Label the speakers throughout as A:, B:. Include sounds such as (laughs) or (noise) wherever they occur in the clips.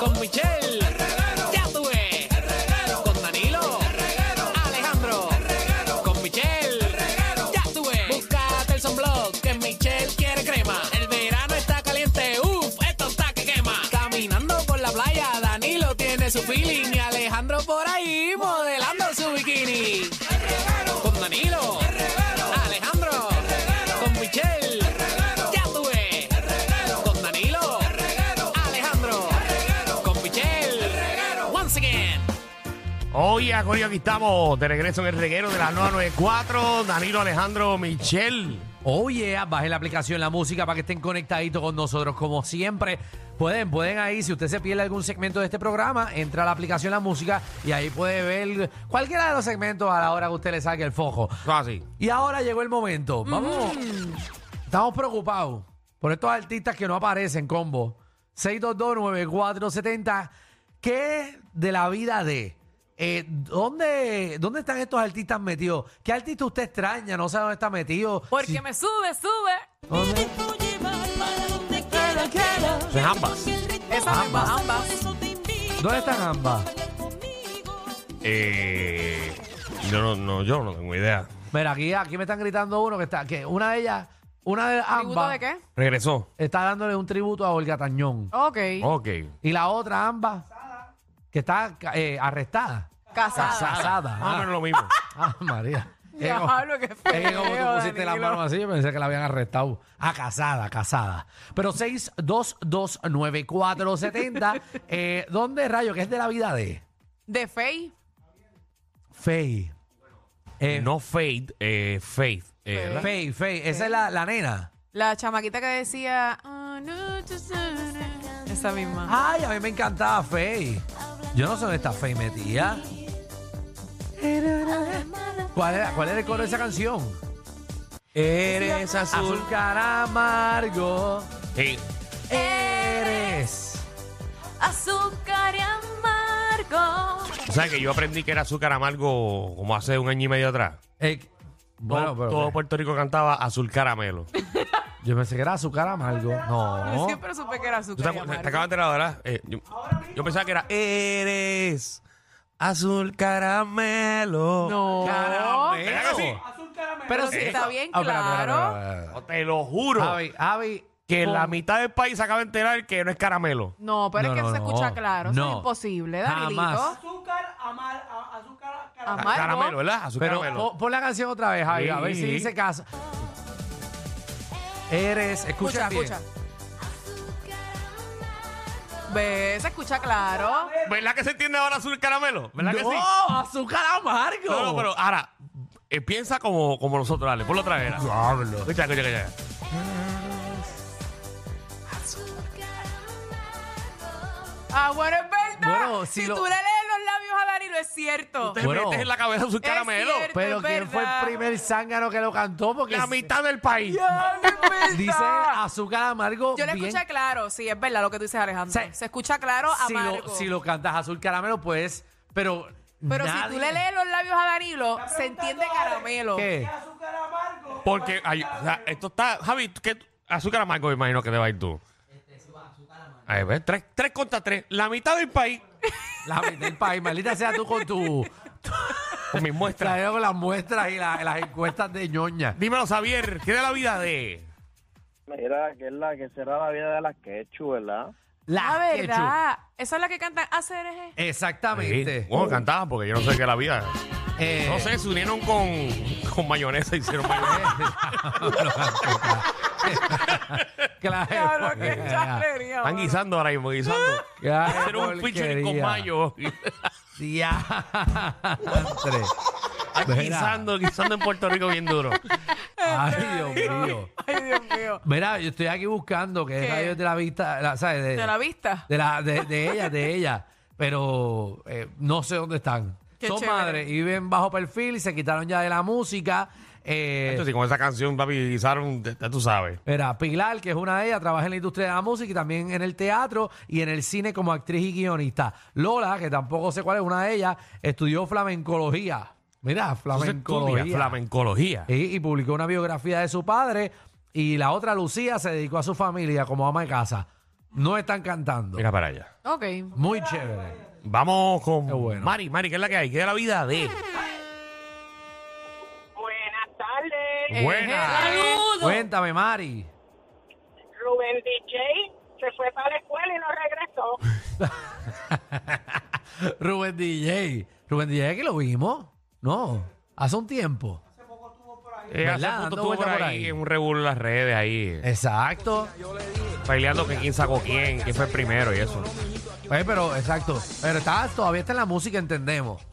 A: con Michelle, ya tuve, con Danilo, Alejandro, con Michelle, ya tuve, búscate el sunblock que Michelle quiere crema, el verano está caliente, uff, esto está que quema, caminando por la playa, Danilo tiene su feeling y Alejandro por ahí modelando su bikini, con Danilo, Alejandro, con Michelle, ya tuve, con Danilo, Alejandro, con Michelle, once again.
B: Oye, Corillo, aquí estamos de regreso en el reguero de la 994. Danilo Alejandro Michel.
C: Oye, baje la aplicación La Música para que estén conectaditos con nosotros como siempre. Pueden, pueden ahí, si usted se pierde algún segmento de este programa, entra a la aplicación La Música y ahí puede ver cualquiera de los segmentos a la hora que usted le saque el fojo.
B: Casi.
C: Y ahora llegó el momento. Vamos. Estamos preocupados por estos artistas que no aparecen combo. 6229470. ¿Qué de la vida de? Eh, ¿dónde, ¿Dónde están estos artistas metidos? ¿Qué artista usted extraña? No sabe dónde está metido.
D: Porque me sube, sube.
C: ¿Dónde? Son ambas.
D: Esas ambas, ambas.
C: ¿Dónde están ambas?
B: Eh, yo no, no, yo no tengo idea.
C: Mira, aquí, aquí me están gritando uno que está, que una de ellas, una de
D: ¿Tributo
C: ambas
D: de qué?
B: Regresó.
C: está dándole un tributo a Olga Tañón. Oh.
D: Ok.
B: Ok.
C: Y la otra, ambas, que está eh, arrestada.
D: Casada.
C: Casada.
B: Ah,
C: Ah,
B: pero lo mismo.
C: ah,
D: (laughs)
C: María. Es que como-
D: Diablo, qué feo.
C: Es que como tú pusiste la
D: Danilo.
C: mano así, yo pensé que la habían arrestado. Ah, casada, casada. Pero 6229470. eh, ¿Dónde rayo? Que es de la vida de
D: De Fey.
C: Fey. Eh,
B: no Faith, eh, Faith. eh, ¿verdad?
C: Fey, Fey. Esa es la, la nena.
D: La chamaquita que decía. "Oh, no, tú sabes". Esa misma.
C: Ay, a mí me encantaba Fey. Yo no sé dónde está Fey metida. ¿Cuál era, ¿Cuál era el coro de esa canción? Eres azul, amargo.
B: Sí.
C: Eres.
D: Azúcar y amargo.
B: O sea, que yo aprendí que era azúcar amargo como hace un año y medio atrás.
C: Eh, bueno,
B: todo,
C: pero-
B: todo Puerto Rico cantaba azul caramelo. ¿Tú
C: yo pensé que era azúcar amargo.
D: Yo
C: No.
D: siempre supe que era
B: te,
D: azúcar. y
B: acu- te
D: amargo.
B: acabas de enterar, verdad? Eh, yo, yo pensaba que era eres azul caramelo.
D: No.
B: Caramelo. ¿Era que sí?
D: Pero si
B: sí.
D: está bien,
C: Ah, espera, espera,
D: claro.
C: espera, espera.
B: No, Te lo juro.
C: Javi, Javi,
B: que
C: pon-
B: la mitad del país se acaba de enterar que no es caramelo.
D: No, pero
C: No,
D: es que
C: no,
D: se
C: no.
D: escucha claro. Eso
C: No.
D: es imposible,
C: Jamás.
D: Danilito.
E: azúcar amar, a- azúcar caramelo.
D: Amargo.
B: Caramelo, ¿verdad? Azul
C: Pero
B: caramelo.
C: pon, pon la canción otra vez, Javi, a ver
B: Sí.
C: si dice caso. Eres. Escucha,
D: Escucha,
C: bien.
D: escucha. Ve, se escucha claro.
B: ¿Verdad que se entiende ahora azul caramelo? ¿Verdad que
C: no,
B: sí?
C: azúcar amargo.
B: No, no, pero ahora, eh, piensa como, como nosotros, dale, ponlo otra vez. dale.
C: Ah,
B: Escucha, escucha, escucha.
D: Ah, bueno, es verdad.
C: Bueno, si
D: si
C: lo-
D: tú le lees los labios a Danilo, es cierto.
B: Te
C: Bueno.
B: metes en la cabeza azul
D: Es
B: caramelo.
D: cierto.
C: Pero
D: Es
C: ¿quién fue
D: verdad.
C: el primer zángano que lo cantó? Porque
B: La
C: se-
B: mitad del país.
D: Diablo, es verdad.
C: dice azúcar amargo.
D: Yo lo
C: bien-
D: escuché claro. Sí, es verdad lo que tú dices, Alejandro.
C: Sí.
D: Se escucha claro,
C: si
D: amargo.
C: lo, si lo cantas azul caramelo, pues. Pero.
D: Pero si tú
C: nadie-
D: le lees los labios a Danilo, se entiende caramelo.
C: ¿Qué?
E: Azúcar amargo.
B: Porque, ay, o sea, esto está. Javi, ¿tú ¿qué? azúcar amargo, me imagino que te va a ir tú. Ahí ves, tres, tres contra tres. La mitad del país
C: La mitad del país, maldita sea tú con tu.
B: (laughs) con mis
C: (laughs)
B: muestras.
C: Traigo las muestras y la- las encuestas de ñoña.
B: Dímelo, Xavier, ¿qué de la vida de.?
F: Mira, que es la que será la vida de las quechu, ¿verdad?
C: La
D: La
C: quechu.
D: Ah, verdad. Esa es la que cantan Ah, este? hacer
C: (laughs) Exactamente.
B: Sí. Bueno, cantaban porque yo no sé qué es la vida.
C: Eh,
B: No sé, se unieron con, con mayonesa y hicieron mayonesa.
C: claro. eh,
D: Claro,
C: (laughs)
D: qué charlería.
B: Están
D: (laughs) mano.
B: guisando ahora mismo, guisando.
C: Claro,
B: Hicieron un featuring con
C: porquería.
B: mayo.
C: Diantre.
B: Están
C: Verá.
B: guisando, guisando en Puerto Rico bien duro.
C: Ay, Dios mío.
D: Ay, Dios mío. mío.
C: Mira, yo estoy aquí buscando que
D: ¿Qué?
C: es rayos de la vista, la- ¿sabes? De,
D: ¿De la vista?
C: de la- de- de ella, de ella. Pero eh, no sé dónde están.
D: Qué
C: Son
D: chévere.
C: madres y viven bajo perfil, se quitaron ya de la música. Eh,
B: (laughs) Esto sí, con esa canción, papi, guisaron, ya- ya tú sabes.
C: Era Pilar, que es una de ellas, trabaja en la industria de la música y también en el teatro y en el cine como actriz y guionista. Lola, que tampoco sé cuál es una de ellas, estudió flamencología. Mira,
B: Eso se
C: flamencología.
B: estudia, Flamencología.
C: Y, y publicó una biografía de su padre y la otra, Lucía, se dedicó a su familia como ama de casa. No están cantando.
B: Venga para allá.
D: Ok.
C: Muy chévere.
B: Vamos con
C: Qué bueno.
B: Mari, Mari, ¿qué es la que hay? ¿Qué es la vida de?
G: Buenas tardes.
D: Eh,
B: Buena.
D: eh,
C: Cuéntame, Mari.
G: Rubén DJ se fue para la escuela y no regresó.
C: (laughs) Rubén DJ. Rubén DJ, que lo vimos. No, hace un tiempo.
B: Eh, hace
C: ¿Verdad?
B: poco
C: Dando
B: estuvo
C: vuelta
B: por
C: por
B: ahí
C: ahí. Eh.
B: en un revuelo en las redes ahí,
C: Exacto.
B: peleando que quién sacó quién, quién fue el primero y eso.
C: Oye, pero exacto. Pero está, todavía está en la música, entendemos.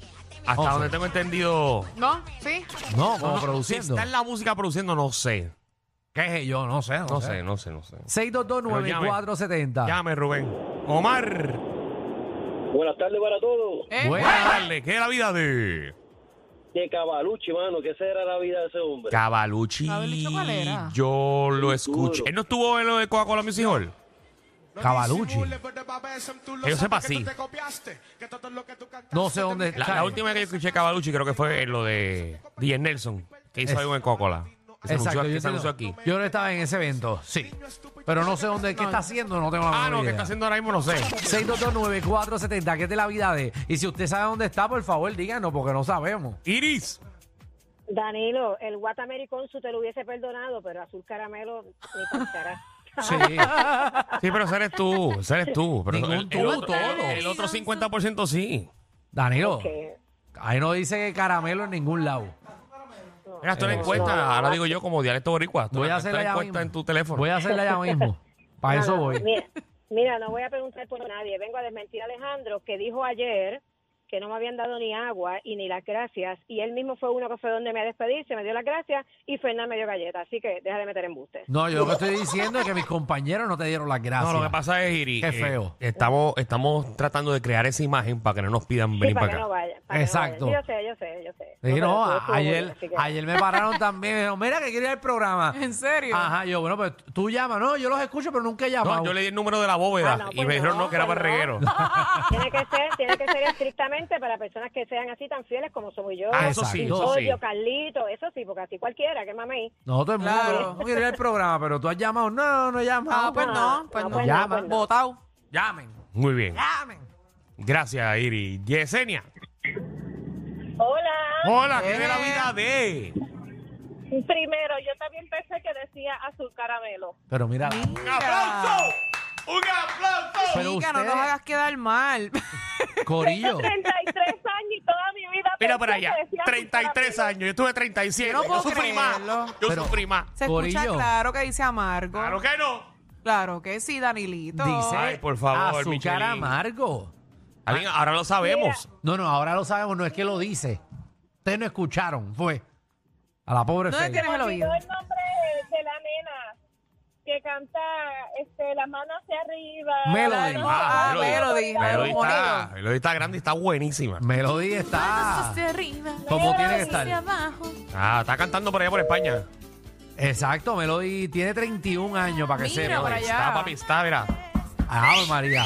B: Hasta
C: Ojo.
B: donde tengo entendido.
D: ¿No? ¿Sí?
C: No, como
B: no, Si
C: produciendo.
B: está en la música produciendo, no sé.
C: ¿Qué sé yo? No sé, no,
B: No sé,
C: sé.
B: no sé, no sé.
C: 6229470.
B: Llame, Rubén. Omar.
F: Buenas tardes para todos.
D: ¿Eh?
B: Buenas tardes. ¿Qué es la vida de?
F: De Cabaluchi, mano, que esa era la vida de ese hombre.
B: Cabaluchi.
D: Cabaluchi, ¿cuál era?
B: Yo lo escuché. Él no estuvo en lo de Coca-Cola Music Hall.
C: Cabaluchi.
B: yo sepa, sí.
C: No sé dónde
B: La,
C: está.
B: la última que yo escuché Cabaluchi creo que fue en lo de DJ Nelson, que hizo
C: Es-
B: algo en Coca-Cola. Que se anunció,
C: Exacto,
B: que
C: yo,
B: se anunció
C: entiendo.
B: aquí.
C: Yo no estaba en ese evento, sí. Pero no sé dónde, qué está haciendo, no tengo la
B: Ah,
C: menor
B: no, que
C: idea.
B: está haciendo ahora mismo, no sé.
C: 6229470, que es de la vida de. Y si usted sabe dónde está, por favor, díganos, porque no sabemos.
B: Iris.
G: Danilo, el Guatamericón su te lo hubiese perdonado, pero Azul Caramelo ni pasará.
C: (laughs) Sí.
B: Sí, pero ese eres tú, ese eres tú. Pero
C: Ningún
B: el, el
C: tú,
B: otro,
C: todo.
B: el otro 50% sí.
C: Danilo,
G: Que
C: ahí no dice caramelo en ningún lado.
B: Mira, tú la encuesta, ahora digo yo como dialecto boricua. Tú
C: Voy a
B: la-
C: hacerla
B: tú la
C: ya
B: encuesta
C: mismo.
B: en tu teléfono.
C: Voy a hacerla ya
G: (laughs)
C: mismo. Para eso voy.
G: Mira, mira, no voy a preguntar por nadie. Vengo a desmentir a Alejandro, que dijo ayer que no me habían dado ni agua y ni las gracias. Y él mismo fue uno que fue donde me a despedir, se me dio las gracias y Fernández me dio galleta. Así que deja de meter embustes.
C: No, yo lo que estoy diciendo es que mis compañeros no te dieron las gracias.
B: No, lo que pasa es, Iris.
C: Qué
B: eh,
C: feo.
B: estamos, estamos tratando de crear esa imagen para que no nos pidan
G: Sí,
B: venir
G: para
B: para
G: que
B: acá.
G: no vaya. para que no
C: Exacto.
G: vaya. Sí, yo sé, yo sé, yo sé.
C: Sí,
G: pero
C: no,
G: estuvo-
C: a-
G: estuvo bueno,
C: ayer,
G: así que-
C: ayer me pararon también. Me dijeron, mira que quiero ir al programa.
D: ¿En serio?
C: Ajá, yo, bueno, pues tú llamas. No, yo los escucho, pero nunca he llamado.
B: No, yo le di el número de la bóveda
G: Ah, no,
B: y
G: pues
B: me dijeron
G: no,
B: no, que era
G: pues
B: para
G: no.
B: reguero.
G: Tiene que ser, tiene que ser estrictamente para personas que sean así tan fieles como soy yo.
B: Ah, eso sí,
C: Exacto.
B: eso sí.
G: Odio, Carlito, eso sí, porque así cualquiera, que mamey.
C: No, todo el mundo.
D: Claro.
C: No quiero ir al programa, pero tú has llamado. No, no he llamado.
D: Ah, pues no, pues
G: no,
D: no.
G: pues
C: no, pues no.
D: Votado.
C: Llamen,
B: Muy bien.
C: llamen.
B: Gracias, Iris. Yesenia.
G: Hola.
B: Hola, ¿qué es de la vida de?
G: Primero, yo también pensé que decía azul caramelo.
C: Pero mira,
B: ¡Un aplauso! ¡Un aplauso!
C: pero
D: Chica, no
C: usted,
D: nos hagas quedar mal. (laughs)
C: Corillo.
G: 33 años y toda mi vida.
B: Mira para allá, 33 años, yo estuve 37,
D: Yo no
B: yo
D: puedo
B: sufrí más,
D: creerlo.
B: yo
C: Pero-
B: sufrí más.
D: Se
C: Corillo.
D: escucha claro que dice amargo.
B: Claro que no.
D: Claro que sí, Danilito.
C: Dice
B: Ay, por favor,
C: azúcar
B: Michelin.
C: amargo.
B: A mí, ahora lo sabemos.
C: No, no, ahora lo sabemos. No es que lo dice. Ustedes no escucharon, fue. A la pobre
D: ¿Dónde
C: Fey.
D: tienes el oído?
G: el nombre de la nena que canta este, la mano hacia arriba.
C: Melody.
D: Ah, Melody.
B: Melody está,
D: Bonito.
B: Melody está grande y está buenísima.
C: Melody está. Como Ah. tiene que estar.
B: Ah, está cantando por allá por España.
C: Exacto, Melody tiene 31 años para que
D: Mira
C: sepa.
D: para allá.
B: Está, papi, está, mira.
C: Ah, María.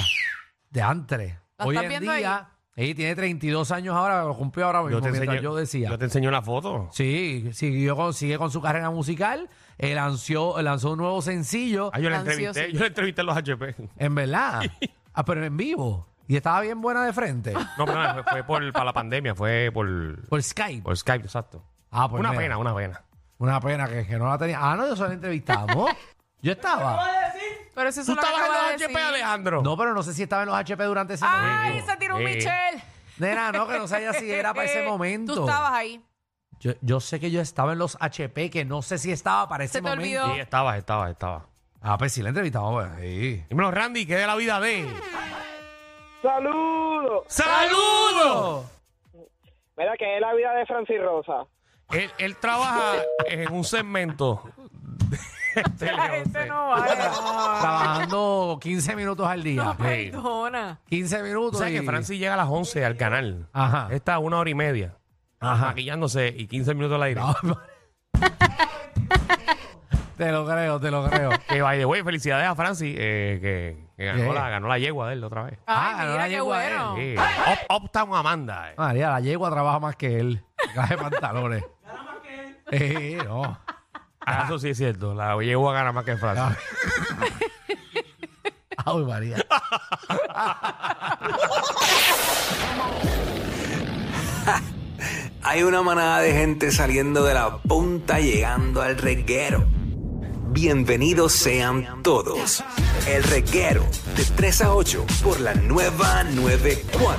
C: De antre.
D: ¿La
C: Hoy
D: estás
C: en
D: viendo
C: día, ella tiene 32 años ahora, lo cumplió ahora mismo, Pues mientras yo decía.
B: yo te enseño la foto.
C: Sí, siguió con, sigue con su carrera musical, eh, lanzó, lanzó un nuevo sencillo,
B: Ah, yo la
D: Ansioso.
B: entrevisté, yo la entrevisté en los HP.
C: en
B: (laughs)
C: verdad, ah, pero en vivo, y estaba bien buena de frente,
B: No, pero no, fue, fue por, para la pandemia, fue por,
C: por Skype.
B: por Skype, exacto.
C: Ah, pues
B: una
C: mira,
B: pena, una pena.
C: Una pena que, que no la tenía. Ah, no, yo solo la entrevistamos. yo estaba.
E: a decir?
D: Pero si eso es
B: ¿Tú
D: lo que
B: estabas en
D: acaba de
B: los
D: decir.
B: HP, Alejandro?
C: No, pero no sé si estaba en los HP durante ese momento.
D: ¡Ay, se tiró un
B: Eh.
D: Michelle!
C: Nena, no, que no sabía si era para ese momento.
D: (laughs) Tú estabas ahí.
C: Yo, yo sé que yo estaba en los HP, que no sé si estaba para ese
D: Se te
C: momento.
D: olvidó.
B: Sí, estabas, estabas, estabas.
C: Ah, pues sí, la entrevistamos. pues, sí.
B: Dímelo, Randy, ¿qué de la vida de?
F: ¡Saludos!
B: ¡Saludos!
F: Mira, que es la vida de Francis Rosa.
B: Él, él trabaja en un segmento
D: (laughs)
B: gente le
D: La
C: Este
D: gente
B: once.
D: no (laughs) va.
C: Trabajando 15 minutos al día.
D: No perdona.
C: 15 minutos.
B: Tú sabes
C: y-
B: que Francis llega a las 11 al canal.
C: Ajá.
B: Está a una hora y media.
C: Ajá.
B: Maquillándose y 15 minutos al aire.
C: (laughs) te lo creo, te lo creo.
B: Que by the way, felicidades a Francis, eh, que, que ganó,
C: Yeah.
B: la, ganó la yegua de él otra vez.
C: Ah,
D: Ay,
C: no la
D: mira qué
C: llegó a él.
D: bueno.
B: Sí. Up- Uptown Amanda. eh.
C: María, la yegua trabaja más que él. Caje pantalones. Eh, no.
B: Ah, eso sí es cierto. La yegua gana más que
C: Ah.
B: Francis.
C: Ay, María.
G: Hay una manada de gente saliendo de la punta llegando al reguero. Bienvenidos sean todos. El reguero de 3 a 8 por la nueva 94.